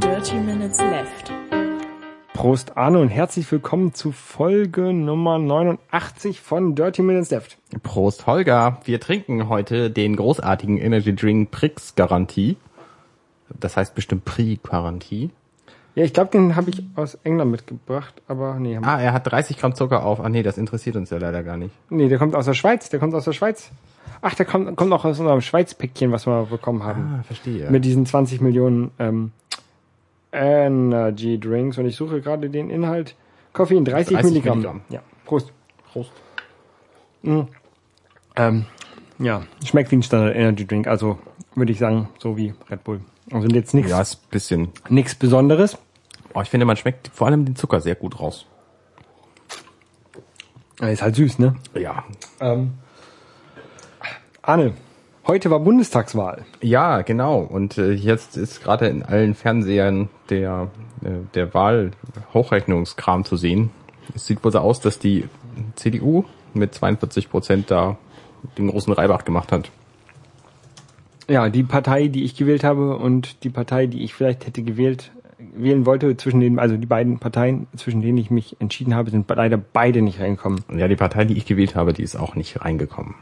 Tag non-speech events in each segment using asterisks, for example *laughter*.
30 Minutes Left. Prost Arne und herzlich willkommen zu Folge Nummer 89 von Dirty Minutes Left. Prost Holger, wir trinken heute den großartigen Energy Drink Prix Garantie. Das heißt bestimmt Prix Garantie. Ja, ich glaube, den habe ich aus England mitgebracht, aber nee, haben- Ah, er hat 30 Gramm Zucker auf. Ah nee, das interessiert uns ja leider gar nicht. nee, der kommt aus der Schweiz, der kommt aus der Schweiz. Ach, der kommt, kommt auch aus unserem Schweiz-Päckchen, was wir bekommen haben. Ah, verstehe. Mit diesen 20 Millionen ähm, Energy Drinks und ich suche gerade den Inhalt. Koffein, 30, 30 Milligramm. Milligramm. Ja, Prost. Mhm. Prost. Ähm, ja, schmeckt wie ein Standard Energy Drink, also würde ich sagen, so wie Red Bull. Also jetzt nichts Ja, ist ein bisschen. nichts Besonderes. Oh, ich finde, man schmeckt vor allem den Zucker sehr gut raus. Ja, Ist halt süß, ne? Ja. Ähm. Arne, heute war Bundestagswahl. Ja, genau. Und äh, jetzt ist gerade in allen Fernsehern der, äh, der Wahlhochrechnungskram zu sehen. Es sieht wohl so aus, dass die CDU mit 42 Prozent da den großen Reibach gemacht hat. Ja, die Partei, die ich gewählt habe und die Partei, die ich vielleicht hätte gewählt, äh, wählen wollte, zwischen den, also die beiden Parteien, zwischen denen ich mich entschieden habe, sind leider beide nicht reingekommen. Und ja, die Partei, die ich gewählt habe, die ist auch nicht reingekommen.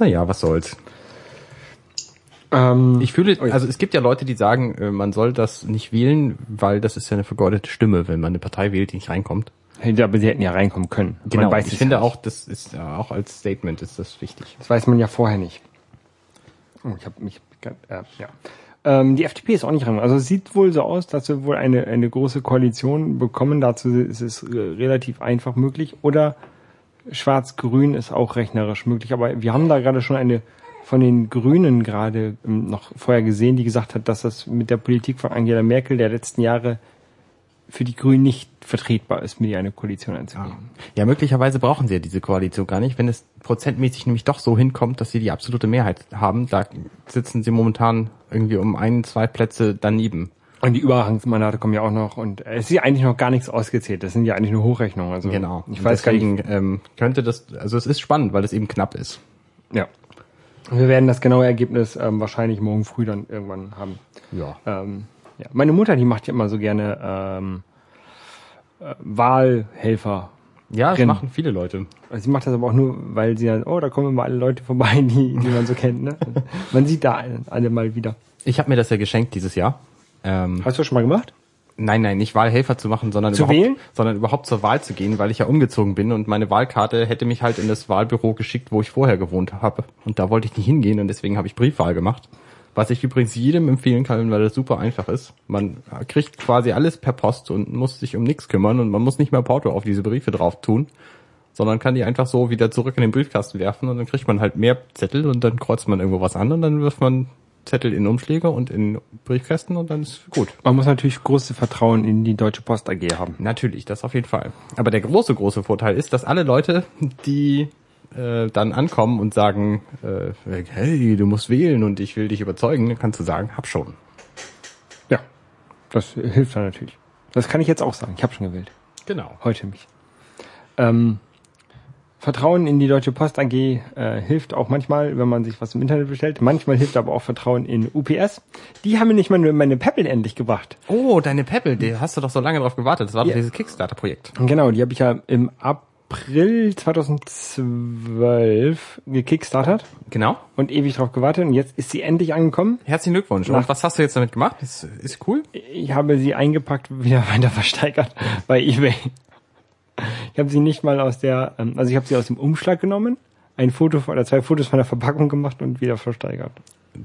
Naja, was soll's. Ähm, Ich fühle, also es gibt ja Leute, die sagen, äh, man soll das nicht wählen, weil das ist ja eine vergeudete Stimme, wenn man eine Partei wählt, die nicht reinkommt. hey, aber sie hätten ja reinkommen können. Man Genau, weiß ich es finde ja nicht. auch, das ist ja auch als Statement ist das wichtig. Das weiß man ja vorher nicht. Oh, ich habe mich. Äh, ja. Ähm, die FDP ist auch nicht rein. Also es sieht wohl so aus, dass wir wohl eine, eine große Koalition bekommen. Dazu ist es äh, relativ einfach möglich. Oder Schwarz-Grün ist auch rechnerisch möglich. Aber wir haben da gerade schon eine von den Grünen gerade ähm, noch vorher gesehen, die gesagt hat, dass das mit der Politik von Angela Merkel der letzten Jahre für die Grünen nicht vertretbar ist, mit ihr eine Koalition einzugehen. Ja, möglicherweise brauchen sie ja diese Koalition gar nicht, wenn es prozentmäßig nämlich doch so hinkommt, dass sie die absolute Mehrheit haben. Da sitzen sie momentan irgendwie um ein, zwei Plätze daneben. Und die Überhangsmandate kommen ja auch noch und äh, es ist ja eigentlich noch gar nichts ausgezählt. Das sind ja eigentlich nur Hochrechnungen. Also Genau. Ich weiß gar nicht. Deswegen, Ähm, könnte das, also es ist spannend, weil es eben knapp ist. Ja. Wir werden das genaue Ergebnis ähm, wahrscheinlich morgen früh dann irgendwann haben. Ja. Ähm, ja. Meine Mutter, die macht ja immer so gerne ähm, äh, Wahlhelfer. Ja, das Rennen. machen viele Leute. Sie macht das aber auch nur, weil sie dann, oh, da kommen immer alle Leute vorbei, *laughs* die, die man so kennt. Ne? Man sieht da alle, alle mal wieder. Ich habe mir das ja geschenkt dieses Jahr. Ähm, Hast du das schon mal gemacht? nein, nein, nicht Wahlhelfer zu machen, sondern Zu überhaupt, wählen? sondern überhaupt zur Wahl zu gehen, weil ich ja umgezogen bin und meine Wahlkarte hätte mich halt in das Wahlbüro geschickt, wo ich vorher gewohnt habe. Und da wollte ich nicht hingehen und deswegen habe ich Briefwahl gemacht. Was ich übrigens jedem empfehlen kann, weil das super einfach ist. Man kriegt quasi alles per Post und muss sich um nichts kümmern und man muss nicht mehr Porto auf diese Briefe drauf tun, sondern kann die einfach so wieder zurück in den Briefkasten werfen und dann kriegt man halt mehr Zettel und dann kreuzt man irgendwo was an und dann wirft man Zettel in Umschläge und in Briefkästen und dann ist gut. Man muss natürlich große Vertrauen in die Deutsche Post AG haben. Natürlich, das auf jeden Fall. Aber der große, große Vorteil ist, dass alle Leute, die äh, dann ankommen und sagen, äh, hey, du musst wählen und ich will dich überzeugen, dann kannst du sagen, hab schon. Ja, das hilft dann natürlich. Das kann ich jetzt auch sagen. Ich habe schon gewählt. Genau. Heute mich. Ähm, Vertrauen in die Deutsche Post AG äh, hilft auch manchmal, wenn man sich was im Internet bestellt. Manchmal hilft aber auch Vertrauen in UPS. Die haben mir nicht mal nur meine Peppel endlich gebracht. Oh, deine Pebble, die hast du doch so lange drauf gewartet. Das war doch Ja. dieses Kickstarter-Projekt. Genau, die habe ich ja im April 2012 gekickstartert Genau. und ewig drauf gewartet. Und jetzt ist sie endlich angekommen. Herzlichen Glückwunsch. Nach- Und was hast du jetzt damit gemacht? Ist, ist cool. Ich habe sie eingepackt, wieder *laughs* weiter versteigert bei eBay. Ich habe sie nicht mal aus der, ähm, also ich habe sie aus dem Umschlag genommen, ein Foto von- oder zwei Fotos von der Verpackung gemacht und wieder versteigert.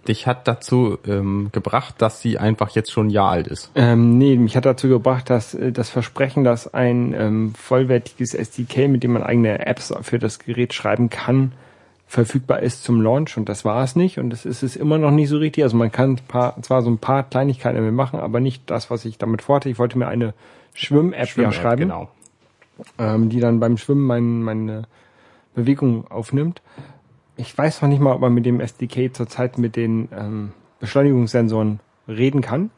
Dich hat dazu ähm, gebracht, dass sie einfach jetzt schon ein Jahr alt ist. Ähm, nee, mich hat dazu gebracht, dass äh, das Versprechen, dass ein ähm, vollwertiges SDK, mit dem man eigene Apps für das Gerät schreiben kann, verfügbar ist zum Launch und das war es nicht und das ist es immer noch nicht so richtig. Also man kann ein paar, zwar so ein paar Kleinigkeiten damit machen, aber nicht das, was ich damit vorhatte. Ich wollte mir eine Schwimm-App ja Schwimm-App, schreiben. Genau. ähm, die dann beim Schwimmen mein, meine Bewegung aufnimmt. Ich weiß noch nicht mal, ob man mit dem SDK zurzeit mit den ähm, Beschleunigungssensoren reden kann.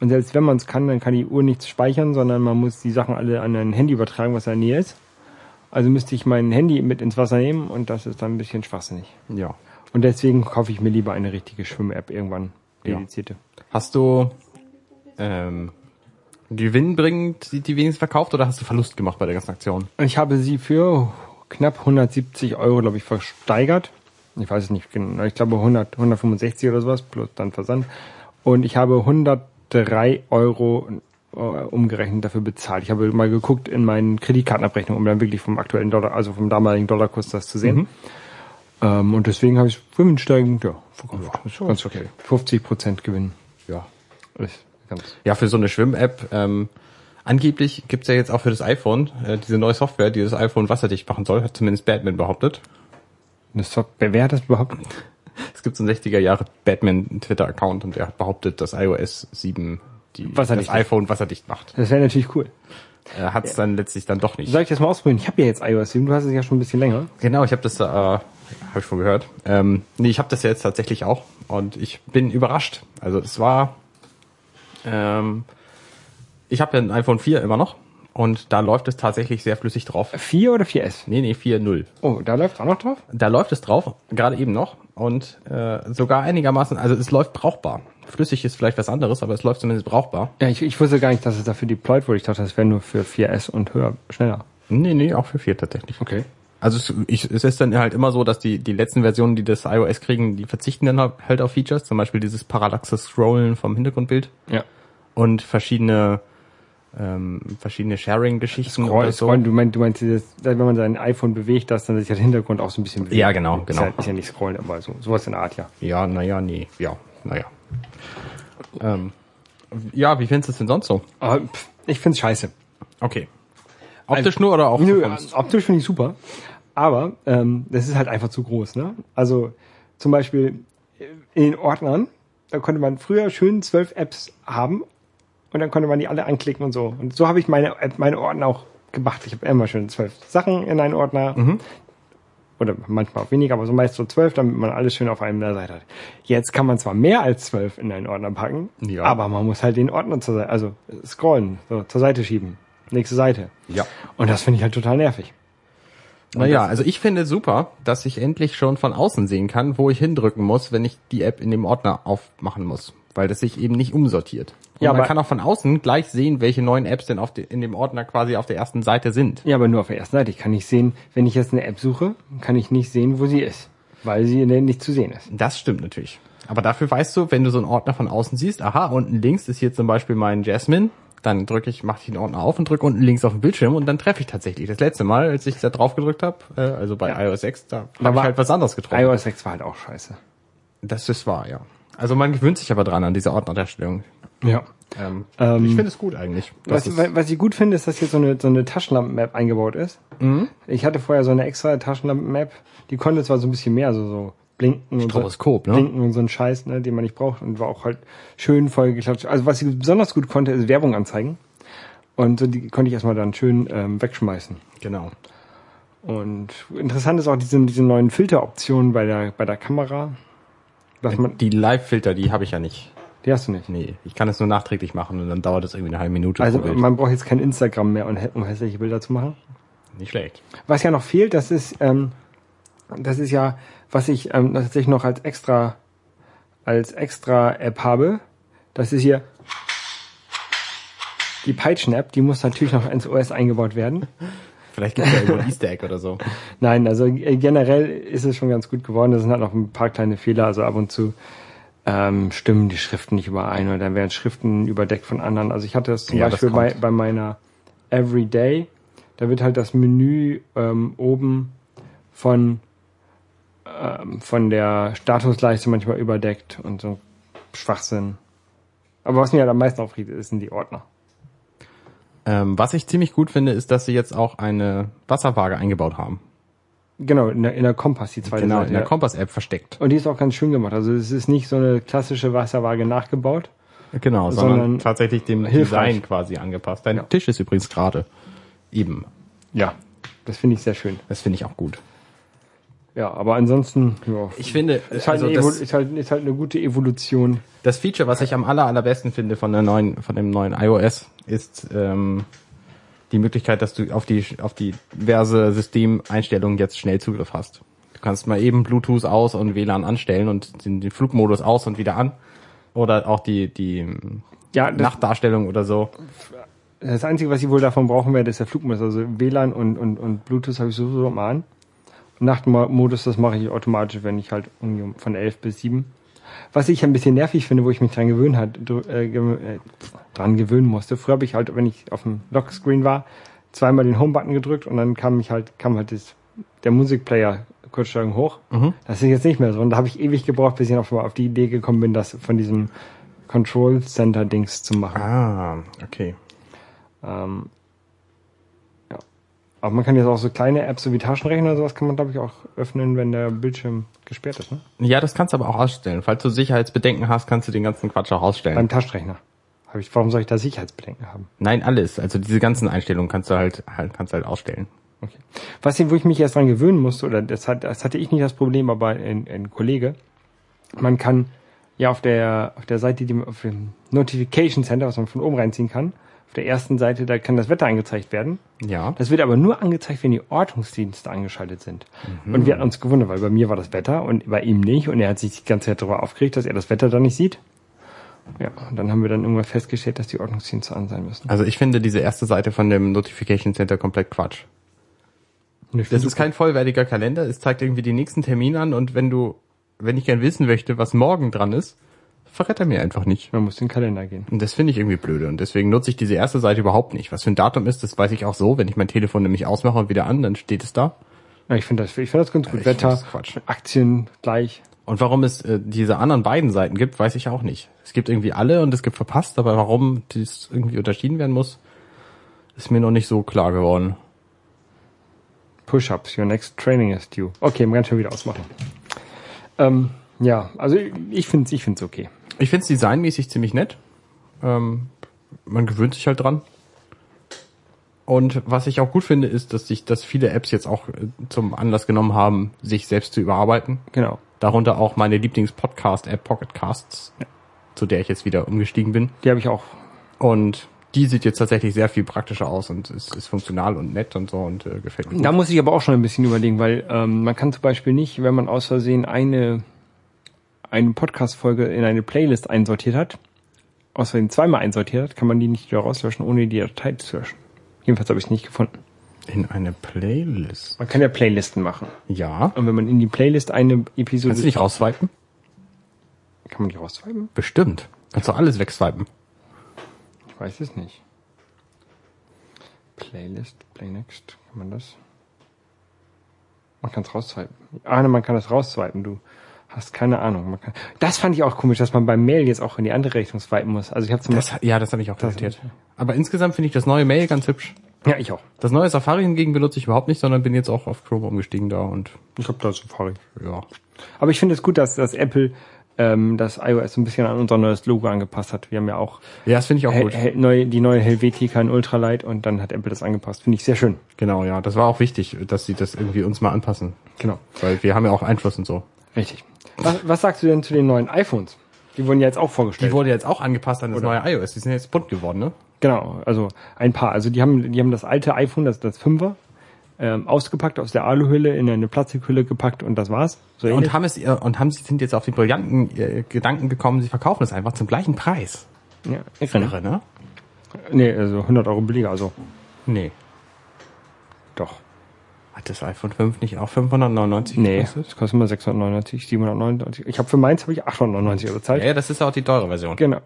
Und selbst wenn man es kann, dann kann die Uhr nichts speichern, sondern man muss die Sachen alle an ein Handy übertragen, was in der Nähe ist. Also müsste ich mein Handy mit ins Wasser nehmen und das ist dann ein bisschen schwachsinnig. Ja. Und deswegen kaufe ich mir lieber eine richtige Schwimm-App irgendwann, Ja. dedizierte. Hast du ähm, gewinnbringend die, die wenigsten verkauft oder hast du Verlust gemacht bei der ganzen Aktion? Ich habe sie für knapp 170 Euro, glaube ich, versteigert. Ich weiß es nicht genau. Ich glaube 100, 165 oder sowas, plus dann Versand. Und ich habe 103 Euro äh, umgerechnet dafür bezahlt. Ich habe mal geguckt in meinen Kreditkartenabrechnungen, um dann wirklich vom aktuellen Dollar, also vom damaligen Dollarkurs das zu sehen. Ähm, und deswegen habe ich gewinnsteigend, ja, verkauft. schon ganz okay. 50 Prozent Gewinn. Ja. Ist ganz. Ja, für so eine Schwimm-App. Ähm, angeblich gibt's ja jetzt auch für das iPhone äh, diese neue Software, die das iPhone wasserdicht machen soll, hat zumindest Batman behauptet. Eine Software, wer hat das überhaupt? Es gibt so einen 60er Jahre Batman Twitter-Account und der hat behauptet, dass iOS 7 die, das Wasserdicht macht. iPhone wasserdicht macht. Das wäre natürlich cool. Er hat es dann letztlich dann doch nicht. Soll ich das mal ausprobieren? Ich habe ja jetzt iOS 7, du hast es ja schon ein bisschen länger. Genau, ich habe das, äh, habe ich schon gehört. Ähm, nee, ich habe das jetzt tatsächlich auch und ich bin überrascht. Also es war, ähm, ich habe ja ein iPhone 4 immer noch und da läuft es tatsächlich sehr flüssig drauf. 4 oder 4S? Nee, nee, 4.0. Oh, da läuft auch noch drauf? Da läuft es drauf, gerade eben noch und äh, sogar einigermaßen, also es läuft brauchbar. Flüssig ist vielleicht was anderes, aber es läuft zumindest brauchbar. Ja, ich, ich wusste gar nicht, dass es dafür deployed wurde. Ich dachte, das wäre nur für 4S und höher, schneller. Nee, nee, auch für 4 tatsächlich. Okay. Also es, ich, es ist dann halt immer so, dass die, die letzten Versionen, die das iOS kriegen, die verzichten dann halt auf Features, zum Beispiel dieses parallaxe Scrollen vom Hintergrundbild Ja. und verschiedene ähm, verschiedene Sharing-Geschichten Scroll, oder so. Scrollen, Oh, du meinst, du meinst dieses, wenn man sein iPhone bewegt, dass dann sich der Hintergrund auch so ein bisschen bewegt. Ja, genau, ist genau. Ja, ist ja nicht scrollen, aber so, sowas in der Art, ja. Ja, naja, nee, ja, naja. Ähm, ja, wie findest du es denn sonst so? Aber, Ah, pff, ich find's scheiße. Okay. Optisch nur oder auch Also, Nö, sonst? optisch finde ich super. Aber ähm, das ist halt einfach zu groß. Ne? Also zum Beispiel äh, in den Ordnern, da konnte man früher schön zwölf Apps haben und dann konnte man die alle anklicken und so. Und so habe ich meine, App- meine Ordner auch gemacht. Ich habe immer schön zwölf Sachen in einen Ordner. Mhm. Oder manchmal auch weniger, aber so meist so zwölf, damit man alles schön auf einer Seite hat. Jetzt kann man zwar mehr als zwölf in einen Ordner packen, Ja. aber man muss halt den Ordner zur Seite, also scrollen, so zur Seite schieben. Nächste Seite. Ja. Und das finde ich halt total nervig. Naja, also ich finde super, dass ich endlich schon von außen sehen kann, wo ich hindrücken muss, wenn ich die App in dem Ordner aufmachen muss, weil das sich eben nicht umsortiert. Und Ja, man aber- kann auch von außen gleich sehen, welche neuen Apps denn auf de, in dem Ordner quasi auf der ersten Seite sind. Ja, aber nur auf der ersten Seite. Ich kann nicht sehen, wenn ich jetzt eine App suche, kann ich nicht sehen, wo sie ist, weil sie in der nicht zu sehen ist. Das stimmt natürlich. Aber dafür weißt du, wenn du so einen Ordner von außen siehst, aha, unten links ist hier zum Beispiel mein Jasmine, dann drücke ich, mache ich den Ordner auf und drücke unten links auf den Bildschirm und dann treffe ich tatsächlich. Das letzte Mal, als ich da drauf gedrückt habe, äh, also bei iOS 6, da habe ich war- halt was anderes getroffen. iOS 6 war halt auch scheiße. Das ist wahr, ja. Also man gewöhnt sich aber dran an diese Ordnerdarstellung. Ja. Ähm, Ähm, ich finde es gut eigentlich. Das Was, ist, wa- was ich gut finde, ist, dass hier so eine, so eine Taschenlampen-Map eingebaut ist. Mhm. Ich hatte vorher so eine extra Taschenlampen-Map, die konnte zwar so ein bisschen mehr, also so blinken und Stroboskop, so, ne? blinken und so ein Scheiß, ne, den man nicht braucht und war auch halt schön vollgeklatscht. Also was sie besonders gut konnte, ist Werbung anzeigen. Und so die konnte ich erstmal dann schön ähm, wegschmeißen. genau. Und interessant ist auch diese, diese neuen Filteroptionen bei der, bei der Kamera. Dass man, Die Live-Filter, die habe ich ja nicht. die hast du nicht. Nee, ich kann es nur nachträglich machen und dann dauert das irgendwie eine halbe Minute Also pro Bild. man braucht jetzt kein Instagram mehr, um hä- um hässliche Bilder zu machen. Nicht schlecht. Was ja noch fehlt, das ist, ähm, das ist ja, was ich ähm, tatsächlich noch als extra, als extra App habe. Das ist hier die Peitschen-App, die muss natürlich noch ins OS eingebaut werden. Vielleicht gibt es ja *laughs* irgendwo ein Easter Egg oder so. Nein, also äh, generell ist es schon ganz gut geworden. Da sind halt noch ein paar kleine Fehler. Also ab und zu ähm, stimmen die Schriften nicht überein oder dann werden Schriften überdeckt von anderen. Also ich hatte das zum Ja, das Beispiel bei, kommt. bei meiner Everyday. Da wird halt das Menü ähm, oben von, ähm, von der Statusleiste manchmal überdeckt und so Schwachsinn. Aber was mir halt am meisten aufregt, ist, sind die Ordner. Ähm, was ich ziemlich gut finde, ist, dass sie jetzt auch eine Wasserwaage eingebaut haben. Genau, in der, in der Kompass, die zweite Genau, Seite. in der ja. Kompass-App versteckt. Und die ist auch ganz schön gemacht. Also es ist nicht so eine klassische Wasserwaage nachgebaut. Genau, sondern, Sondern tatsächlich dem hilfreich. Design quasi angepasst. Dein Ja. Tisch ist übrigens gerade eben. Ja. Das finde ich sehr schön. Das finde ich auch gut. Ja, aber ansonsten, ja. Ich finde, also ist, halt eine Evo- ist, halt, ist halt eine gute Evolution. Das Feature, was ich am aller, allerbesten finde von der neuen, von dem neuen iOS, ist ähm, die Möglichkeit, dass du auf die auf die diverse Systemeinstellungen jetzt schnell Zugriff hast. Du kannst mal eben Bluetooth aus und WLAN anstellen und den, den Flugmodus aus und wieder an Oder auch die, die Ja, das, Nachtdarstellung oder so. das Einzige, was ich wohl davon brauchen werde, ist der Flugmodus. Also WLAN und, und, und Bluetooth habe ich sowieso immer an. Und Nachtmodus, das mache ich automatisch, wenn ich halt irgendwie um- von 11 bis 7. Was ich ein bisschen nervig finde, wo ich mich dran gewöhnen, hat, dr- äh, gewö- äh, dran gewöhnen musste. Früher habe ich halt, wenn ich auf dem Lockscreen war, zweimal den Home-Button gedrückt und dann kam mich halt, kam halt das, der Musikplayer Kurzsteuerung hoch. Das ist jetzt nicht mehr so. Und da habe ich ewig gebraucht, bis ich auf, auf die Idee gekommen bin, das von diesem Control Center Dings zu machen. Ah, okay. Ähm, ja. Aber man kann jetzt auch so kleine Apps, so wie Taschenrechner oder sowas, kann man, glaube ich, auch öffnen, wenn der Bildschirm gesperrt ist. Ne? Ja, das kannst du aber auch ausstellen. Falls du Sicherheitsbedenken hast, kannst du den ganzen Quatsch auch ausstellen. Beim Taschenrechner. Hab ich, warum soll ich da Sicherheitsbedenken haben? Nein, alles. Also diese ganzen Einstellungen kannst du halt, halt kannst du halt ausstellen. Okay. Was ich, wo ich mich erst dran gewöhnen musste, oder das, hat, das hatte ich nicht das Problem, aber ein, ein Kollege, man kann ja auf der auf der Seite, die man- auf dem Notification Center, was man von oben reinziehen kann, auf der ersten Seite, da kann das Wetter angezeigt werden. Ja. Das wird aber nur angezeigt, wenn die Ortungsdienste angeschaltet sind. Mhm. Und wir hatten uns gewundert, weil bei mir war das Wetter und bei ihm nicht. Und er hat sich die ganze Zeit darüber aufgeregt, dass er das Wetter da nicht sieht. Ja, und dann haben wir dann irgendwann festgestellt, dass die Ordnungsdienste an sein müssen. Also ich finde diese erste Seite von dem Notification Center komplett Quatsch. Und ich Das find, ist kein vollwertiger Kalender. Es zeigt irgendwie die nächsten Termine an und wenn du, wenn ich gern wissen möchte, was morgen dran ist, verrät er mir einfach nicht. man muss in den Kalender gehen. Und das finde ich irgendwie blöde und deswegen nutze ich diese erste Seite überhaupt nicht. Was für ein Datum ist, das weiß ich auch so. Wenn ich mein Telefon nämlich ausmache und wieder an, dann steht es da. Ja, ich finde das, ich find das ganz gut. ich find Wetter, das Quatsch. Aktien gleich. Und warum es äh, diese anderen beiden Seiten gibt, weiß ich auch nicht. Es gibt irgendwie alle und es gibt verpasst, aber warum das irgendwie unterschieden werden muss, ist mir noch nicht so klar geworden. Push-ups, your next training is due. Okay, man kann schon wieder ausmachen. Ähm, ja, also ich- ich finde es ich find's okay. Ich finde es designmäßig ziemlich nett. Ähm, man gewöhnt sich halt dran. Und was ich auch gut finde, ist, dass sich, dass viele Apps jetzt auch äh, zum Anlass genommen haben, sich selbst zu überarbeiten. Genau. Darunter auch meine Lieblings-Podcast-App Pocket Casts, zu der ich jetzt wieder umgestiegen bin. Die habe ich auch. Und die sieht jetzt tatsächlich sehr viel praktischer aus und ist, ist funktional und nett und so und äh, gefällt mir. Da muss ich aber auch schon ein bisschen überlegen, weil ähm, man kann zum Beispiel nicht, wenn man aus Versehen eine, eine Podcast-Folge in eine Playlist einsortiert hat, aus Versehen zweimal einsortiert hat, kann man die nicht wieder rauslöschen, ohne die Datei zu löschen. Jedenfalls habe ich es nicht gefunden. In eine Playlist. Man kann ja Playlisten machen. Ja. Und wenn man in die Playlist eine Episode... Kannst du nicht rausswipen? kann man die rausswipen? Bestimmt. Kannst du alles wegswipen. Ich weiß es nicht. Playlist, Playnext, kann man das? Man kann es rausswipen. Ah, ne, man kann das rausswipen, du hast keine Ahnung. Man kann, das fand ich auch komisch, dass man beim Mail jetzt auch in die andere Richtung swipen muss. Also ich habe zum Das, ja, das habe ich auch irritiert. Aber insgesamt finde ich das neue Mail ganz hübsch. Ja, ich auch. Das neue Safari hingegen benutze ich überhaupt nicht, sondern bin jetzt auch auf Chrome umgestiegen da und Ich habe da Safari. ja. Aber ich finde es gut, dass, dass Apple ähm, das iOS so ein bisschen an unser neues Logo angepasst hat. Wir haben ja auch Ja, das finde ich auch hel, gut. hel, neu, die neue Helvetica in Ultralight und dann hat Apple das angepasst. Finde ich sehr schön. Genau, ja. Das war auch wichtig, dass sie das irgendwie uns mal anpassen. Genau. Weil wir haben ja auch Einfluss und so. Richtig. Was, was sagst du denn zu den neuen iPhones? Die wurden ja jetzt auch vorgestellt. Die wurde jetzt auch angepasst an das neue iOS. Die sind jetzt bunt geworden, ne? genau, also ein paar. Also die haben, die haben das alte iPhone, das, das 5er, ähm, ausgepackt, aus der Aluhülle in eine Plastikhülle gepackt und das war's. So ähnlich. Und haben es äh, und haben sie sind jetzt auf den brillanten äh, Gedanken gekommen, sie verkaufen es einfach zum gleichen Preis. ja, ist Irre, ne? Nee, also 100 Euro billiger, also Nee. doch. Hat das iPhone 5 nicht auch 599 Nee, gekostet? das kostet immer 699, 799. Ich habe für meins habe ich 899 Euro bezahlt. Ja, das ist auch die teure Version. Genau.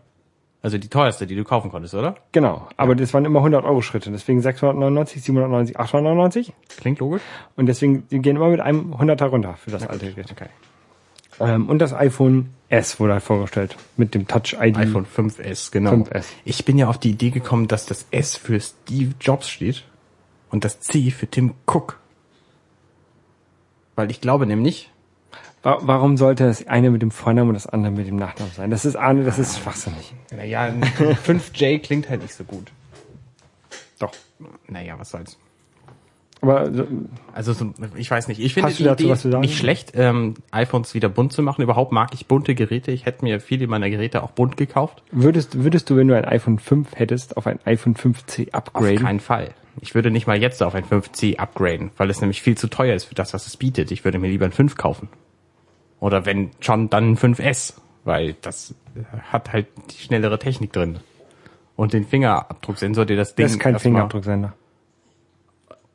Also die teuerste, die du kaufen konntest, oder? Genau, aber das waren immer 100 Euro Schritte, deswegen 699, 799, 899 Klingt logisch. Also, und deswegen die gehen immer mit einem 100er runter für das alte Gerät. Okay. Ähm, und das iPhone S wurde halt vorgestellt mit dem Touch ID. iPhone 5S, genau. 5S. Ich bin ja auf die Idee gekommen, dass das S für Steve Jobs steht und das C für Tim Cook. Weil ich glaube nämlich, Wa warum sollte das eine mit dem Vornamen und das andere mit dem Nachnamen sein? Das ist Arne, das ist schwachsinnig. naja, *laughs* 5J klingt halt nicht so gut. Doch. Naja, was soll's. Aber so, Also so, ich weiß nicht. Ich finde Hast du dazu was zu sagen? nicht schlecht, ähm, iPhones wieder bunt zu machen. Überhaupt mag ich bunte Geräte. Ich hätte mir viele meiner Geräte auch bunt gekauft. würdest, würdest du, wenn du ein iPhone 5 hättest, auf ein iPhone 5C Auf upgraden? keinen Fall. Ich würde nicht mal jetzt auf ein 5C upgraden, weil es nämlich viel zu teuer ist für das, was es bietet. Ich würde mir lieber ein 5 kaufen. Oder wenn schon, dann ein 5S. weil das hat halt die schnellere Technik drin. Und den Fingerabdrucksensor, der das Ding Das ist kein erstmal- Fingerabdrucksender.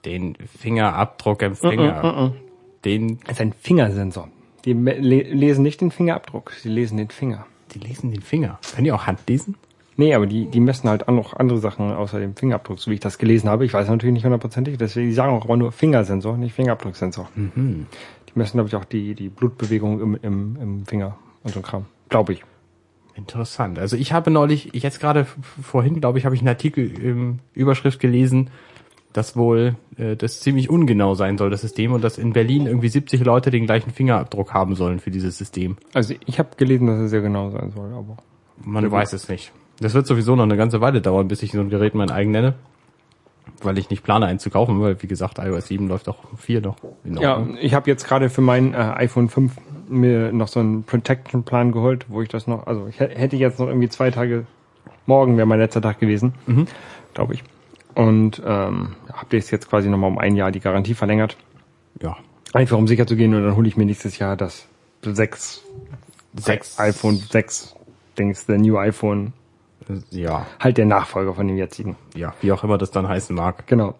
Den Fingerabdruckempfänger, Mm, den, Das ist ein Fingersensor. Die me- le lesen nicht den Fingerabdruck, sie lesen den Finger. die lesen den Finger. Können die auch Hand lesen? Nee, aber die, die messen halt auch noch andere Sachen außer dem Fingerabdruck, so wie ich das gelesen habe. Ich weiß natürlich nicht hundertprozentig, deswegen die sagen auch immer nur Fingersensor, nicht Fingerabdrucksensor. Mhm. Die messen, glaube ich, auch die, die Blutbewegung im, im, im Finger und so ein Kram. Glaube ich. Interessant. Also ich habe neulich, ich jetzt gerade f- vorhin, glaube ich, habe ich einen Artikel im Überschrift gelesen, dass wohl äh, das ziemlich ungenau sein soll, das System, und dass in Berlin irgendwie 70 Leute den gleichen Fingerabdruck haben sollen für dieses System. Also ich habe gelesen, dass es sehr genau sein soll, aber. Man weiß es nicht. Das wird sowieso noch eine ganze Weile dauern, bis ich so ein Gerät mein eigen nenne. Weil ich nicht plane, einen zu kaufen, weil wie gesagt, iOS 7 läuft auch auf 4 noch. In Ja, Ordnung. ich habe jetzt gerade für mein äh, iPhone 5 mir noch so einen Protection-Plan geholt, wo ich das noch, also ich hä- hätte jetzt noch irgendwie zwei Tage, morgen wäre mein letzter Tag gewesen, glaube ich. Und ähm, habe das jetzt quasi nochmal um ein Jahr die Garantie verlängert. ja. Einfach um sicher zu gehen und dann hole ich mir nächstes Jahr das 6, Sechs iPhone 6 Dings, der New iPhone, Äh, Ja, halt der Nachfolger von dem jetzigen. ja, wie auch immer das dann heißen mag. Genau.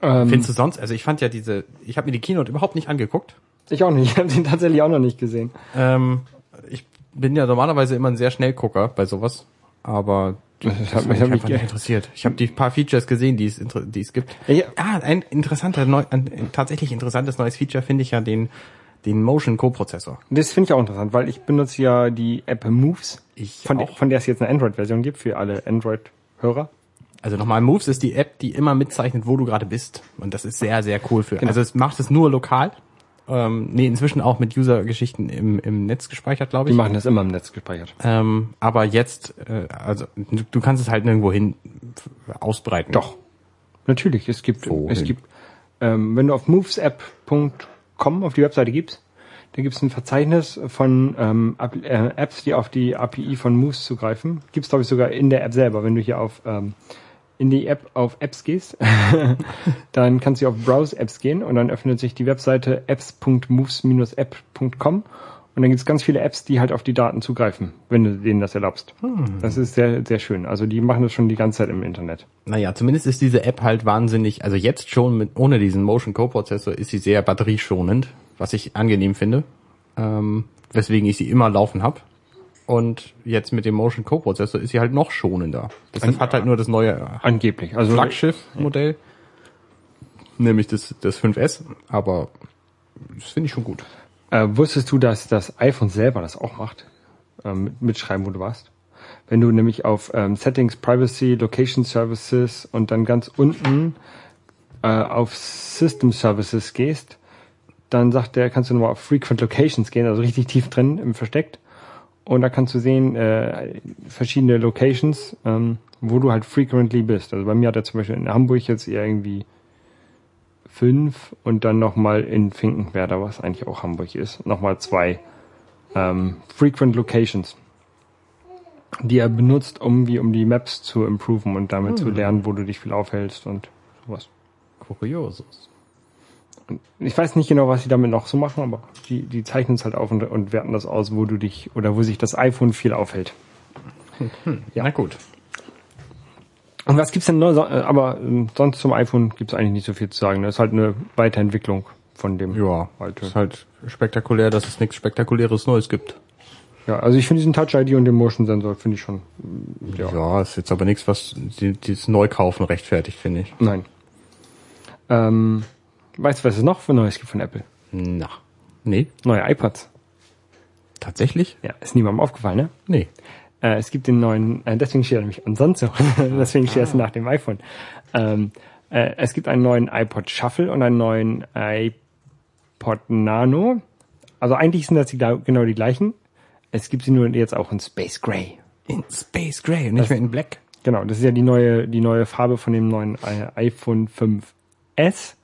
Mhm. Findest du sonst? Also ich fand ja diese, ich habe mir die Keynote überhaupt nicht angeguckt. Ich auch nicht, *laughs* ich habe den tatsächlich auch noch nicht gesehen. Ähm, ich bin ja normalerweise immer ein sehr Schnellgucker bei sowas, *laughs* aber das, hat hat mich- mich hat mich einfach ge- nicht interessiert. Ich habe die paar Features gesehen, die es, inter- die es gibt. Ja, ja. Ah, ein interessanter, neu, ein tatsächlich interessantes neues Feature finde ich ja den, den Motion Co-Prozessor. Das finde ich auch interessant, weil ich benutze ja die App Moves, Ich von, auch. von der es jetzt eine Android-Version gibt für alle Android-Hörer. Also nochmal, Moves ist die App, die immer mitzeichnet, wo du gerade bist. Und das ist sehr, sehr cool Genau. für. Also es macht es nur lokal. Ähm, nee, inzwischen auch mit User-Geschichten im, im Netz gespeichert, glaube Die ich. machen das immer im Netz gespeichert. Ähm, aber jetzt, äh, also du, du kannst es halt nirgendwo hin f- ausbreiten. Doch, natürlich. Es gibt, es Wohin? gibt ähm, wenn du auf movesapp.com auf die Webseite gibst, da gibt es ein Verzeichnis von ähm, App, äh, Apps, die auf die API von Moves zugreifen. Gibt es, glaube ich, sogar in der App selber. Wenn du hier auf ähm, in die App auf Apps gehst, *laughs* dann kannst du auf Browse Apps gehen und dann öffnet sich die Webseite apps.moves-app.com und dann gibt es ganz viele Apps, die halt auf die Daten zugreifen, wenn du denen das erlaubst. Das ist sehr, sehr schön. Also die machen das schon die ganze Zeit im Internet. Naja, zumindest ist diese App halt wahnsinnig, also jetzt schon mit, ohne diesen Motion Co-Prozessor ist sie sehr batterieschonend, was ich angenehm finde, ähm, weswegen ich sie immer laufen habe. Und jetzt mit dem Motion Co-Prozessor ist sie halt noch schonender. Deshalb hat halt nur das neue Angeblich. Also Flaggschiff-Modell, nämlich das, das 5S, aber das finde ich schon gut. äh, wusstest du, dass das iPhone selber das auch macht? Ähm, mit- mitschreiben, wo du warst. Wenn du nämlich auf ähm, Settings, Privacy, Location Services und dann ganz unten äh, auf System Services gehst, dann sagt der, kannst du nochmal auf Frequent Locations gehen, also richtig tief drin im Versteckt. Und da kannst du sehen, äh, verschiedene Locations, ähm, wo du halt frequently bist. Also bei mir hat er zum Beispiel in Hamburg jetzt eher irgendwie fünf und dann nochmal in Finkenwerder, was eigentlich auch Hamburg ist, nochmal zwei ähm, Frequent Locations, die er benutzt, um wie um die Maps zu improven und damit zu lernen, wo du dich viel aufhältst und sowas. Kuriosus. Ich weiß nicht genau, was sie damit noch so machen, aber die, die zeichnen es halt auf und, und werten das aus, wo du dich oder wo sich das iPhone viel aufhält. Ja. Na gut. Und was gibt's denn noch? so- äh, Aber ähm, sonst zum iPhone gibt's eigentlich nicht so viel zu sagen. Das ist halt eine Weiterentwicklung von dem. Ja, Alte. ist halt spektakulär, dass es nichts Spektakuläres Neues gibt. ja also ich finde diesen Touch ID und den Motion Sensor finde ich schon. Ja. ist jetzt aber nichts, was die- dieses Neukaufen rechtfertigt, finde ich. Nein. Ähm, weißt du, was es noch für Neues gibt von Apple? Na. Nee, Neue iPods. tatsächlich? Ja, ist niemandem aufgefallen, ne? Nee. Äh, es gibt den neuen, äh, deswegen steht er nämlich ansonsten, *laughs* deswegen steht er nach dem iPhone. Ähm, äh, es gibt einen neuen iPod Shuffle und einen neuen iPod Nano. Also eigentlich sind das die, gla- genau die gleichen. Es gibt sie nur jetzt auch in Space Gray. In Space Gray und nicht mehr in Black. Genau, das ist ja die neue, die neue Farbe von dem neuen äh, iPhone 5S.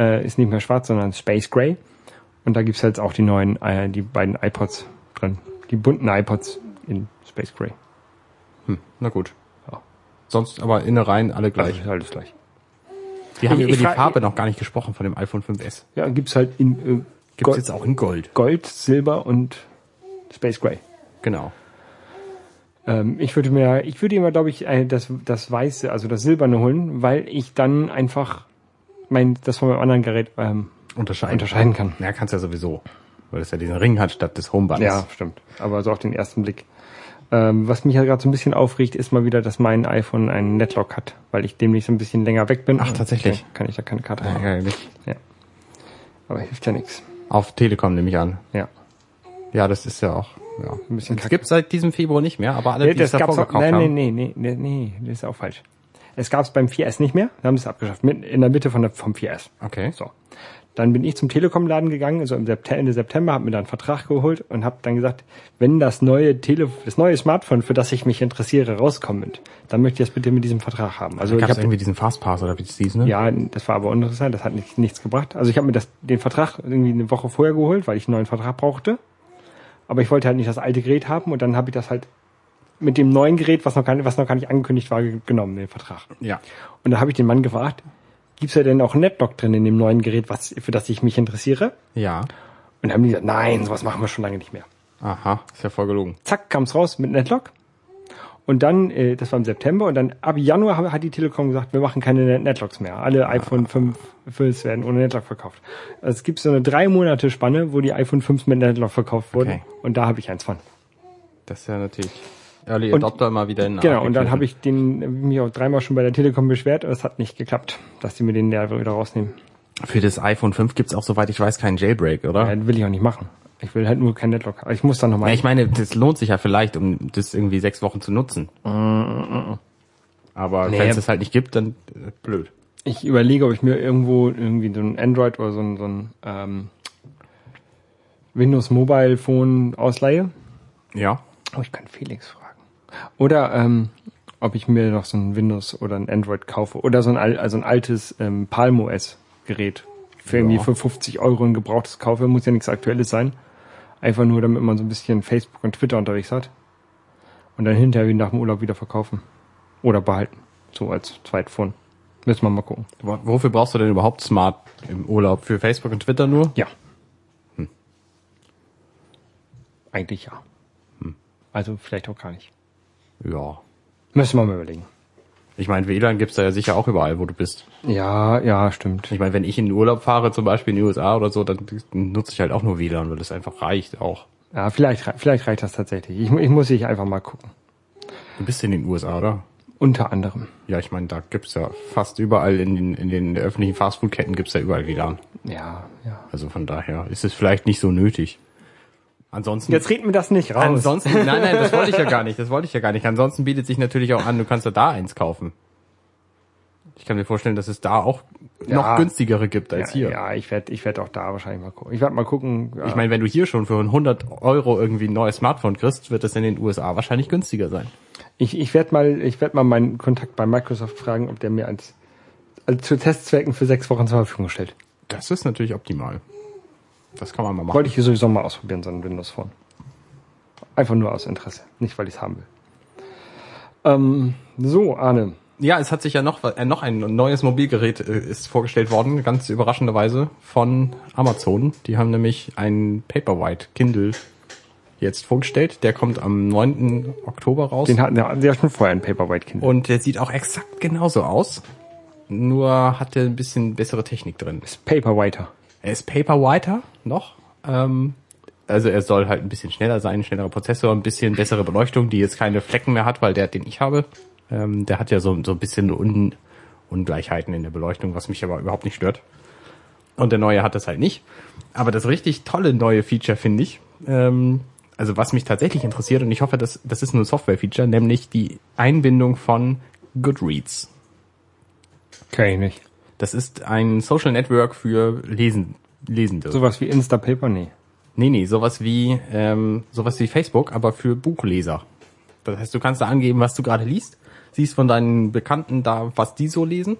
Äh, ist nicht mehr schwarz, sondern Space Gray. Und da gibt's jetzt auch die neuen, äh, die beiden iPods drin. Die bunten iPods in Space Gray. Na gut. Sonst aber innerein alle Also gleich. ist alles gleich. Wir haben Also, Ich- über ich die frag- Farbe noch gar nicht gesprochen von dem iPhone 5S. Ja, gibt's halt in äh, Gibt's Gold, jetzt auch in Gold. Gold, Silber und Space Gray. Genau. Ähm, ich würde mir, ich würde immer, glaube ich, ein- das, das Weiße, also das Silberne holen, weil ich dann einfach mein, das von meinem anderen Gerät ähm, Unterscheiden. unterscheiden kann. Ja, kannst ja sowieso. Weil es ja diesen Ring hat statt des Homebuttons. Ja, stimmt. Aber so auf den ersten Blick. Ähm, was mich ja gerade so ein bisschen aufregt, ist mal wieder, dass mein iPhone einen Netlock hat, weil ich demnächst ein bisschen länger weg bin. Ach, tatsächlich? Dann Kann ich da keine Karte haben. Ärgerlich. Aber hilft ja nichts. Auf Telekom nehme ich an. Ja. Ja, das ist ja auch. Ja. Ein bisschen bisschen das kacke. gibt's seit diesem Februar nicht mehr, aber alle, Nee, die es das davor gab's auch, gekauft nee, nee, haben. nee, nee, nee, nee, das ist auch falsch. Es gab's beim 4S nicht mehr, wir haben es abgeschafft, mitten in der Mitte von der, vom 4S. Okay. So. Dann bin ich zum Telekom-Laden gegangen, also im September, Ende September, habe mir dann einen Vertrag geholt und habe dann gesagt, wenn das neue Tele das neue Smartphone, für das ich mich interessiere, rauskommt, dann möchte ich das bitte mit diesem Vertrag haben. Also ich Gab's habe irgendwie diesen Fastpass oder wie das hieß, ne? ja, das war aber uninteressant, das hat nicht, nichts gebracht. Also ich habe mir das, den Vertrag irgendwie eine Woche vorher geholt, weil ich einen neuen Vertrag brauchte. Aber ich wollte halt nicht das alte Gerät haben und dann habe ich das halt mit dem neuen Gerät, was noch gar nicht, was noch gar nicht angekündigt war, ge- genommen, den Vertrag. Ja. Und da habe ich den Mann gefragt, gibt's da denn auch einen Netlock drin in dem neuen Gerät, was, für das ich mich interessiere? Ja. Und dann haben die gesagt, nein, sowas machen wir schon lange nicht mehr. Aha, ist ja voll gelogen. Zack, kam's raus mit Netlock. Und dann, äh, das war im September, und dann ab Januar ha- hat die Telekom gesagt, wir machen keine Net- Netlocks mehr. Alle iPhone 5 Fills werden ohne Netlock verkauft. Also es gibt so eine drei Monate Spanne, wo die iPhone 5 mit Netlock verkauft wurden. Okay. Und da habe ich eins von. Das ist ja natürlich Early Und- Adopter immer wieder in Genau, und dann habe ich ich den hab mich auch dreimal schon bei der Telekom beschwert, aber es hat nicht geklappt, dass die mir den Nerv wieder rausnehmen. Für das iPhone 5 gibt's auch, soweit ich weiß, keinen Jailbreak, oder? Ja, das Äh, will ich auch nicht machen. Ich will halt nur kein Netlock. Aber Ich muss da nochmal. Ja, ich meine, das lohnt sich ja vielleicht, um das irgendwie sechs Wochen zu nutzen. Aber Nee. wenn es das halt nicht gibt, dann äh, blöd. ich überlege, ob ich mir irgendwo irgendwie so ein Android oder so ein, so ein ähm, Windows Mobile Phone ausleihe. Ja. Oh, ich kann Felix fragen. Oder ähm, ob ich mir noch so ein Windows oder ein Android kaufe. Oder so ein, al- also ein altes ähm, Palm OS Gerät. Für irgendwie Ja. für 50 Euro ein gebrauchtes kaufe. Muss ja nichts Aktuelles sein. Einfach nur, damit man so ein bisschen Facebook und Twitter unterwegs hat. Und dann hinterher wie nach dem Urlaub wieder verkaufen. Oder behalten. So als Zweitphone. Müssen wir mal gucken. Wo- Wofür brauchst du denn überhaupt Smart im Urlaub? Für Facebook und Twitter nur? Ja. Hm. Eigentlich ja. Also vielleicht auch gar nicht. Ja. Müssen wir mal überlegen. Ich meine, WLAN gibt's da ja sicher auch überall, wo du bist. Ja, ja, stimmt. Ich meine, wenn ich in den Urlaub fahre, zum Beispiel in die USA oder so, dann nutze ich halt auch nur WLAN, weil das einfach reicht auch. Ja, vielleicht, rei- vielleicht reicht das tatsächlich. Ich, mu- ich muss ich einfach mal gucken. Du bist in den USA, oder? Unter anderem. Ja, ich meine, da gibt's ja fast überall in den, in den öffentlichen Fastfood-Ketten gibt's ja überall WLAN. Ja, ja. Also von daher ist es vielleicht nicht so nötig. Ansonsten. Jetzt reden wir das nicht raus. ansonsten, nein, nein, das wollte ich ja gar nicht. Das wollte ich ja gar nicht. Ansonsten bietet sich natürlich auch an, du kannst ja da eins kaufen. Ich kann mir vorstellen, dass es da auch noch günstigere gibt als ja, hier. ja, ich werde ich werd auch da wahrscheinlich mal gucken. Ich werde mal gucken. äh, Ja. Ich meine, wenn du hier schon für 100 Euro irgendwie ein neues Smartphone kriegst, wird das in den USA wahrscheinlich günstiger sein. ich, ich werde mal, ich werd mal meinen Kontakt bei Microsoft fragen, ob der mir als, als zu Testzwecken für sechs Wochen zur Verfügung stellt. Das ist natürlich optimal. Das kann man mal machen. Wollte ich hier sowieso mal ausprobieren, so ein Windows Phone. Einfach nur aus Interesse, nicht weil ich es haben will. Ähm, so, Arne. Ja, es hat sich ja noch, äh, noch ein neues Mobilgerät äh, ist vorgestellt worden, ganz überraschenderweise von Amazon. Die haben nämlich einen Paperwhite Kindle jetzt vorgestellt. Der kommt am 9. Oktober raus. Den hatten wir hatten wir ja schon vorher ein Paperwhite Kind. Und der sieht auch exakt genauso aus. Nur hat er ein bisschen bessere Technik drin. Paperwhiter. Er ist Paperwhiter noch. Ähm, also er soll halt ein bisschen schneller sein, schnellerer Prozessor, ein bisschen bessere Beleuchtung, die jetzt keine Flecken mehr hat, weil der, den ich habe, ähm, der hat ja so, so ein bisschen Un Ungleichheiten in der Beleuchtung, was mich aber überhaupt nicht stört. Und der neue hat das halt nicht. Aber das richtig tolle neue Feature finde ich, ähm, also was mich tatsächlich interessiert, und ich hoffe, dass, das ist nur ein Software-Feature, nämlich die Einbindung von Goodreads. Kenn ich nicht. Das ist ein Social Network für Lesen, Lesende. Sowas wie Instapaper? Nee. Nee, nee, sowas wie, ähm, sowas wie Facebook, aber für Buchleser. Das heißt, du kannst da angeben, was du gerade liest, siehst von deinen Bekannten da, was die so lesen.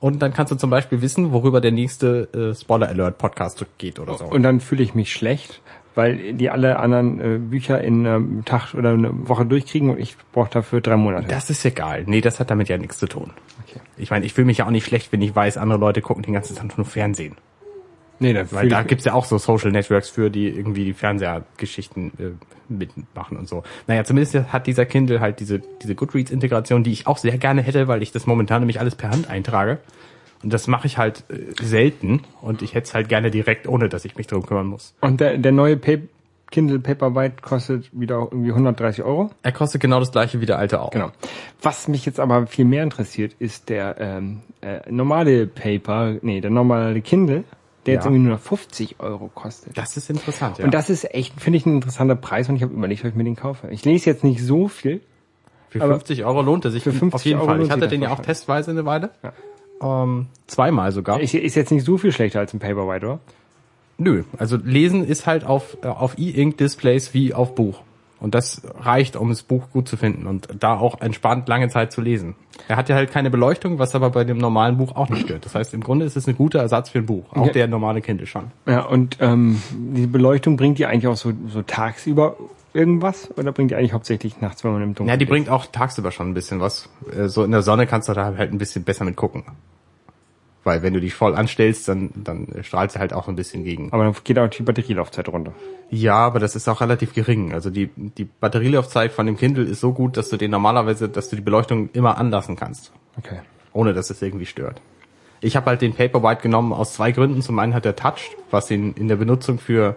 Und dann kannst du zum Beispiel wissen, worüber der nächste äh, Spoiler Alert Podcast geht oder so. Und dann fühle ich mich schlecht, weil die alle anderen äh, Bücher in einem Tag oder eine Woche durchkriegen und ich brauche dafür drei Monate. das ist egal. Nee, das hat damit ja nichts zu tun. okay. Ich meine, ich fühle mich ja auch nicht schlecht, wenn ich weiß, andere Leute gucken den ganzen Tag nur Fernsehen. Nee, da Weil fühle da ich, gibt's ja auch so Social Networks für, die irgendwie die Fernsehergeschichten äh, mitmachen und so. Naja, zumindest hat dieser Kindle halt diese, diese Goodreads-Integration, die ich auch sehr gerne hätte, weil ich das momentan nämlich alles per Hand eintrage. Und das mache ich halt äh, selten und ich hätte es halt gerne direkt, ohne dass ich mich drum kümmern muss. und der, der neue pa Kindle Paperwhite kostet wieder irgendwie 130 Euro. Er kostet genau das gleiche wie der alte auch. Genau. Was mich jetzt aber viel mehr interessiert, ist der ähm, äh, normale Paper, nee, der normale Kindle, der jetzt Ja. irgendwie nur noch 50 Euro kostet. Das ist interessant, ja. Und das ist echt, finde ich, ein interessanter Preis und ich habe überlegt, ob ich mir den kaufe. Ich lese jetzt nicht so viel. Für Aber 50 Euro lohnt er sich. für 50 auf jeden Euro Fall. Ich lohnt hatte sich den das ja auch wahrscheinlich. testweise eine Weile. Ähm, zweimal sogar. Ist, ist jetzt nicht so viel schlechter als ein Paperwhite, oder? Nö, also lesen ist halt auf, äh, auf E-Ink-Displays wie auf Buch. Und das reicht, um das Buch gut zu finden und da auch entspannt lange Zeit zu lesen. Er hatte halt keine Beleuchtung, was aber bei dem normalen Buch auch nicht stört. Das heißt, im Grunde ist es ein guter Ersatz für ein Buch. Auch Okay. der normale Kindle schon. Ja, und ähm, die Beleuchtung bringt die eigentlich auch so, so tagsüber irgendwas oder bringt die eigentlich hauptsächlich nachts, wenn man im Dunkeln Ja, die ist? bringt auch tagsüber schon ein bisschen was. Äh, So in der Sonne kannst du da halt ein bisschen besser mit gucken. Weil wenn du dich voll anstellst, dann, dann strahlt sie halt auch ein bisschen gegen. Aber dann geht auch die Batterielaufzeit runter. Ja, aber das ist auch relativ gering. Also die, die Batterielaufzeit von dem Kindle ist so gut, dass du den normalerweise, dass du die Beleuchtung immer anlassen kannst, Okay. ohne dass es irgendwie stört. Ich habe halt den Paperwhite genommen aus zwei Gründen. Zum einen hat er Touch, was ihn in der Benutzung für,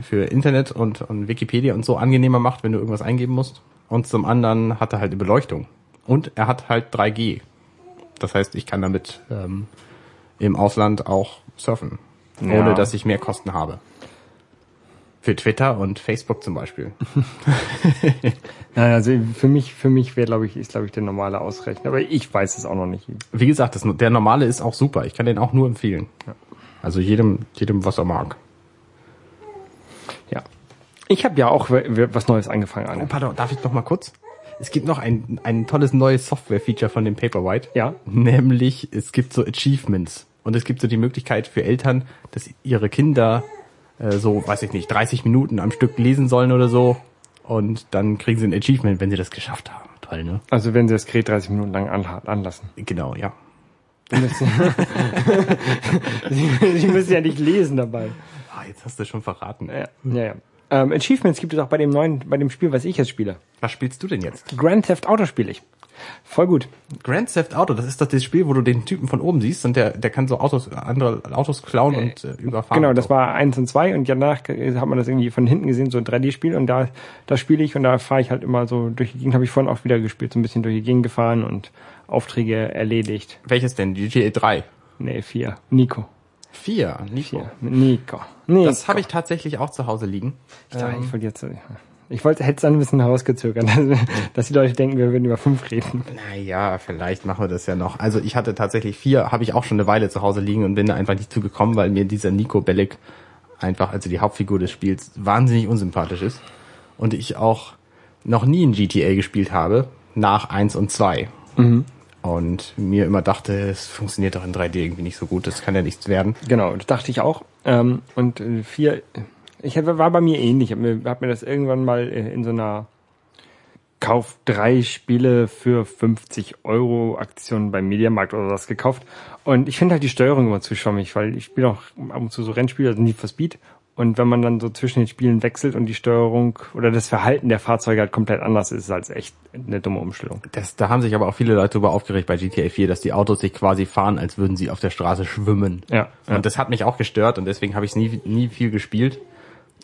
für Internet und, und Wikipedia und so angenehmer macht, wenn du irgendwas eingeben musst. Und zum anderen hat er halt eine Beleuchtung. Und er hat halt 3G. Das heißt, ich kann damit ähm, im Ausland auch surfen, ohne Ja. dass ich mehr Kosten habe. Für Twitter und Facebook zum Beispiel. Naja, also für mich, für mich wäre, glaube ich, ist, glaube ich, der normale Ausrechnen. Aber ich weiß es auch noch nicht. Wie gesagt, das, der normale ist auch super. Ich kann den auch nur empfehlen. Also jedem, jedem, was er mag. Ja. Ich habe ja auch we- we- was Neues angefangen, Oh, Anne. pardon, darf ich noch mal kurz? Es gibt noch ein, ein tolles neues Software-Feature von dem Paperwhite. Ja. Nämlich, es gibt so Achievements. Und es gibt so die Möglichkeit für Eltern, dass ihre Kinder äh, so, weiß ich nicht, 30 Minuten am Stück lesen sollen oder so. Und dann kriegen sie ein Achievement, wenn sie das geschafft haben. Toll, ne? Also wenn sie das Gerät 30 Minuten lang anha- *laughs* anlassen. Genau, ja. Die müssen, *laughs* die müssen ja nicht lesen dabei. Ah, jetzt hast du schon verraten. Äh, Ja, ja. ja. Ähm, Achievements gibt es auch bei dem neuen, bei dem Spiel, was ich jetzt spiele. Was spielst du denn jetzt? Grand Theft Auto spiele ich. Voll gut. Grand Theft Auto, das ist doch das Spiel, wo du den Typen von oben siehst und der, der kann so Autos, andere Autos klauen und äh, überfahren. Genau, und das so. war eins und zwei und danach hat man das irgendwie von hinten gesehen, so ein 3D-Spiel und da, da spiele ich und da fahre ich halt immer so durch die Gegend, habe ich vorhin auch wieder gespielt, so ein bisschen durch die Gegend gefahren und Aufträge erledigt. Welches denn? GTA 3? Nee, vier. Nico. 4, Nico. Vier. Nico. Nico. Das habe ich tatsächlich auch zu Hause liegen. Ja, ich wollte jetzt, ich wollte, hätte es dann ein bisschen herausgezögert, dass, *laughs* dass die Leute denken, wir würden über fünf reden. Naja, vielleicht machen wir das ja noch. Also ich hatte tatsächlich vier, habe ich auch schon eine Weile zu Hause liegen und bin da einfach nicht zugekommen, weil mir dieser Nico Bellic einfach, also die Hauptfigur des Spiels, wahnsinnig unsympathisch ist. Und ich auch noch nie ein GTA gespielt habe, nach 1 und 2. Mhm. Und mir immer dachte, es funktioniert doch in 3D irgendwie nicht so gut, das kann ja nichts werden. Genau, das dachte ich auch. Ähm, und äh, vier, ich hab- war bei mir ähnlich. Ich habe mir, hab mir das irgendwann mal äh, in so einer Kauf drei Spiele für 50 Euro Aktion beim Mediamarkt oder was gekauft. Und ich finde halt die Steuerung immer zu schwammig, weil ich spiele auch ab und zu so Rennspiele, also Need for Speed. Und wenn man dann so zwischen den Spielen wechselt und die Steuerung oder das Verhalten der Fahrzeuge halt komplett anders ist, ist halt echt eine dumme Umstellung. Das, da haben sich aber auch viele Leute darüber aufgeregt bei GTA 4, dass die Autos sich quasi fahren, als würden sie auf der Straße schwimmen. Ja, Und ja. das hat mich auch gestört und deswegen habe ich es nie, nie viel gespielt.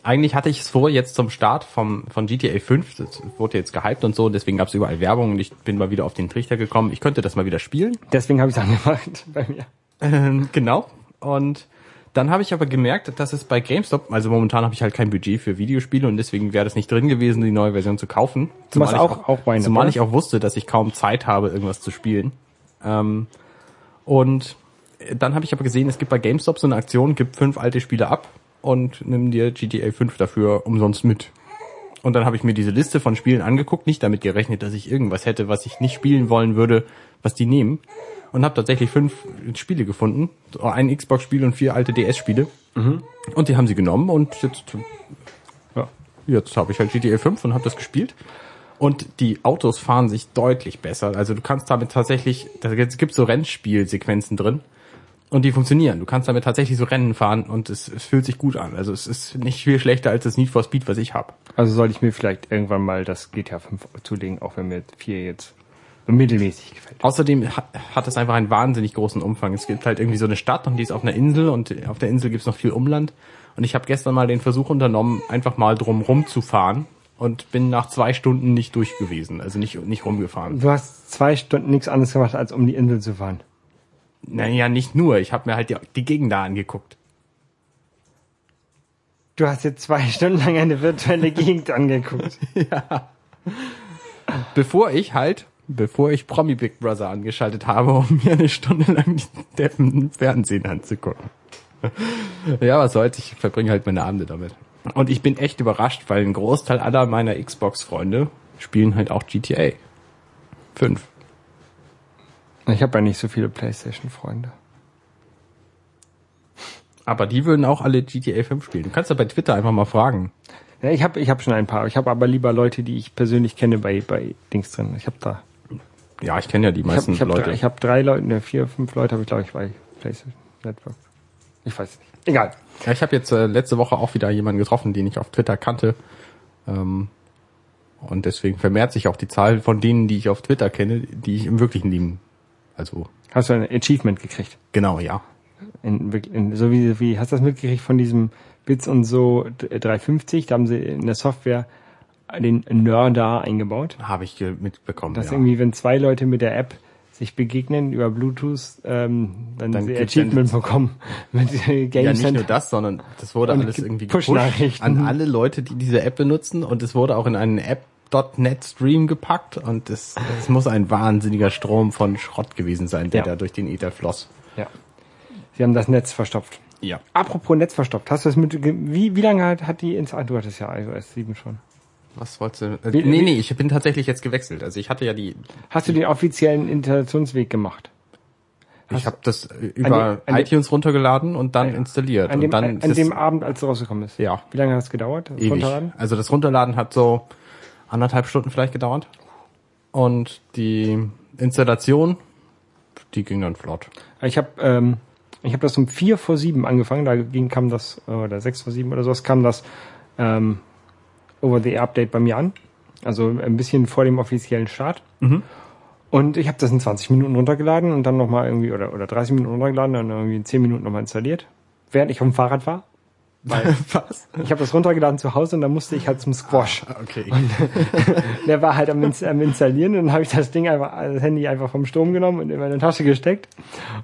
Eigentlich hatte ich es vor, jetzt zum Start vom, von GTA 5, das wurde jetzt gehypt und so, deswegen gab es überall Werbung und ich bin mal wieder auf den Trichter gekommen, ich könnte das mal wieder spielen. Deswegen habe ich es *laughs* angemacht bei mir. Ähm, genau. Und dann habe ich aber gemerkt, dass es bei GameStop, also momentan habe ich halt kein Budget für Videospiele und deswegen wäre das nicht drin gewesen, die neue Version zu kaufen. machst ich auch- auch Weine, zumal oder? ich auch wusste, dass ich kaum Zeit habe, irgendwas zu spielen. Ähm, und dann habe ich aber gesehen, es gibt bei GameStop so eine Aktion, gib fünf alte Spiele ab und nimm dir GTA 5 dafür umsonst mit. Und dann habe ich mir diese Liste von Spielen angeguckt, nicht damit gerechnet, dass ich irgendwas hätte, was ich nicht spielen wollen würde, was die nehmen. Und habe tatsächlich fünf Spiele gefunden. So Ein Xbox-Spiel und vier alte DS-Spiele. Und die haben sie genommen und jetzt, ja, jetzt habe ich halt GTA 5 und habe das gespielt. Und die Autos fahren sich deutlich besser. Also du kannst damit tatsächlich, da gibt es so Rennspielsequenzen drin. Und die funktionieren. Du kannst damit tatsächlich so Rennen fahren und es, es fühlt sich gut an. Also es ist nicht viel schlechter als das Need for Speed, was ich habe. Also sollte ich mir vielleicht irgendwann mal das GTA 5 zulegen, auch wenn mir 4 jetzt so mittelmäßig gefällt. Außerdem ha- hat es einfach einen wahnsinnig großen Umfang. Es gibt halt irgendwie so eine Stadt und die ist auf einer Insel und auf der Insel gibt's noch viel Umland. Und ich habe gestern mal den Versuch unternommen, einfach mal drumrum zu fahren und bin nach zwei Stunden nicht durch gewesen. Also nicht, nicht rumgefahren. Du hast zwei Stunden nichts anderes gemacht, als um die Insel zu fahren. Naja, nicht nur. Ich habe mir halt die, die Gegend da angeguckt. Du hast jetzt zwei *laughs* Stunden lang eine virtuelle Gegend angeguckt. Bevor ich halt, bevor ich Promi Big Brother angeschaltet habe, um mir eine Stunde lang die Deppen im Fernsehen anzugucken. *laughs* ja, was soll's, ich verbringe halt meine Abende damit. Und ich bin echt überrascht, weil ein Großteil aller meiner Xbox-Freunde spielen halt auch GTA 5. Ich habe ja nicht so viele Playstation-Freunde. Aber die würden auch alle GTA 5 spielen. Du kannst ja bei Twitter einfach mal fragen. Ja, ich habe ich hab schon ein paar. Ich habe aber lieber Leute, die ich persönlich kenne, bei, bei Dings drin. Ich habe da. Ja, ich kenne ja die Ich habe meisten ich hab drei, Leute. ich hab drei Leute, ne, vier, fünf Leute habe ich, glaube ich, bei PlayStation Network. Ich weiß nicht. Egal. Ja, ich habe jetzt äh, letzte Woche auch wieder jemanden getroffen, den ich auf Twitter kannte. Ähm, und deswegen vermehrt sich auch die Zahl von denen, die ich auf Twitter kenne, die ich im wirklichen Leben. Also, Hast du ein Achievement gekriegt? genau, ja. In, wirk- in, so wie, wie hast du das mitgekriegt von diesem Bits und so d- 350? Da haben sie in der Software den Nörder eingebaut. Habe ich äh, mitbekommen. Dass ja. irgendwie, wenn zwei Leute mit der App sich begegnen über Bluetooth, ähm, dann, Dann sie gibt's Achievement bekommen *laughs* mit äh, Game ja, nicht nur Center. das, sondern das wurde Und alles irgendwie gepusht Push-Nachrichten. an alle Leute, die diese App benutzen und es wurde auch in einen App.net Stream gepackt und es, es muss ein wahnsinniger Strom von Schrott gewesen sein, der Ja. da durch den Ether floss. Ja. Sie haben das Netz verstopft. Ja. Apropos Netz verstopft, hast du das mit, wie, wie lange hat, hat die, Ins- ah, du hattest ja iOS 7 schon. Was wolltest du? Äh, Wie- nee, wie- nee, ich bin tatsächlich jetzt gewechselt. Also ich hatte ja die Hast du den offiziellen Installationsweg gemacht? Ich habe das äh, über dem- an dem- iTunes runtergeladen und dann installiert. An dem, und Also dann an ist es dem Abend, als du rausgekommen bist? Ja. Wie lange hat es gedauert? das ewig. Runterladen? Also das Runterladen hat so anderthalb Stunden vielleicht gedauert. Und die Installation, die ging dann flott. Ich habe ähm, ich hab das um 4 vor 7 angefangen, da ging, kam das, äh, oder 6 vor 7 oder sowas, kam das ähm, Over-the-Air-Update bei mir an. Also ein bisschen vor dem offiziellen Start. Und ich habe das in 20 Minuten runtergeladen und dann nochmal irgendwie, oder, oder 30 Minuten runtergeladen und dann irgendwie in 10 Minuten nochmal installiert. Während ich auf dem Fahrrad war. *laughs* Was? Ich habe das runtergeladen zu Hause und dann musste ich halt zum Squash. Okay. Der war halt am, Ins- am Installieren und dann habe ich das Ding einfach, das Handy einfach vom Strom genommen und in meine Tasche gesteckt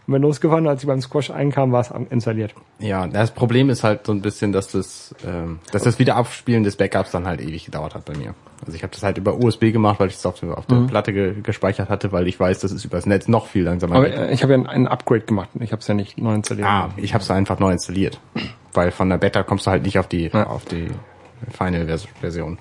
und bin losgefahren. Als ich beim Squash einkam, war es am- installiert. Ja, das Problem ist halt so ein bisschen, dass das, ähm, dass das Wiederabspielen des Backups dann halt ewig gedauert hat bei mir. Also ich habe das halt über USB gemacht, weil ich es auf, der- auf der Mhm. Platte ge gespeichert hatte, weil ich weiß, das ist übers Netz noch viel langsamer. Aber geht. äh, ich habe ja ein, ein Upgrade gemacht. Ich habe es ja nicht neu installiert. Ah, ich habe es einfach neu installiert, weil von der Beta kommst du halt nicht auf die Ja. auf die Final Vers- Version.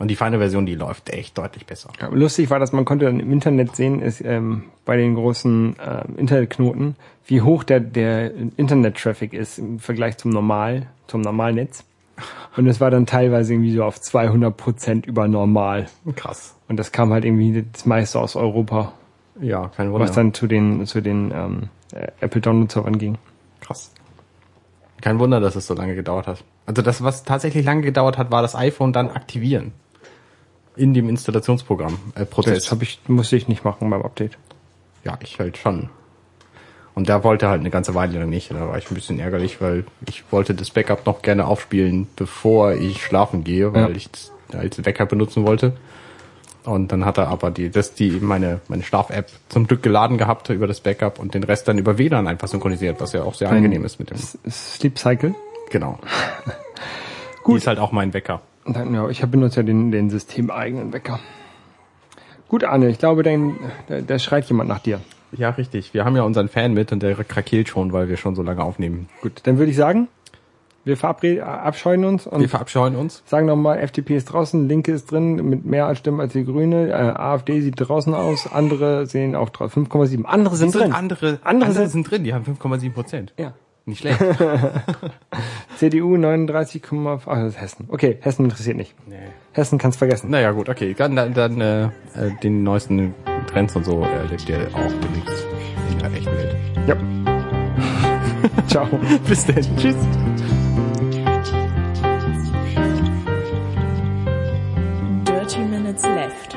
Und die Final Version, die läuft echt deutlich besser. Ja, Lustig war, dass man konnte dann im Internet sehen, ist ähm, bei den großen ähm, Internetknoten, wie hoch der, der Internet-Traffic ist im Vergleich zum normal, zum Normalnetz. Und es war dann teilweise irgendwie so auf 200 Prozent über normal. Krass. Und das kam halt irgendwie das meiste aus Europa. Ja, kein Wunder. was dann zu den zu den ähm, äh, Apple Download Servern ging. Krass. Kein Wunder, dass es so lange gedauert hat. Also das, was tatsächlich lange gedauert hat, war das iPhone dann aktivieren in dem Installationsprogramm äh, Prozess. Das hab ich musste ich nicht machen beim Update. Ja, ich halt schon. Und da wollte halt eine ganze Weile lang nicht. Da war ich ein bisschen ärgerlich, weil ich wollte das Backup noch gerne aufspielen, bevor ich schlafen gehe, Ja. weil ich es als Wecker benutzen wollte. Und dann hat er aber die, das die meine, meine Schlaf-App zum Glück geladen gehabt über das Backup und den Rest dann über WLAN einfach synchronisiert, was ja auch sehr angenehm ist mit dem. S- Sleep Cycle. *laughs* Genau. Gut. Die ist halt auch mein Wecker. Und dann, ja, ich hab- benutze ja den den systemeigenen Wecker. Gut, Arne, ich glaube, dein, da, da schreit jemand nach dir. Ja, richtig. Wir haben ja unseren Fan mit und der krakeelt schon, weil wir schon so lange aufnehmen. Gut, dann würde ich sagen, wir verabreden, abscheuen uns Wir und verabscheuen uns. sagen nochmal, FDP ist draußen, Linke ist drin, mit mehr als Stimmen als die Grüne, äh, AfD sieht draußen aus, andere sehen auch draußen, 5,7. Andere sind drin. andere, Andere andere sind- sind drin, die haben 5,7 Prozent. ja. Nicht schlecht. *laughs* CDU 39,5, ach, das ist Hessen. Okay, Hessen interessiert nicht. Hessen kannst vergessen. Naja, gut, okay. Dann, dann, dann äh, äh, den *laughs* äh, neuesten Trends und so erlebt ihr auch demnächst in der echten Welt. Ja. Ciao. Bis dann. Tschüss. Dirty Minutes Left.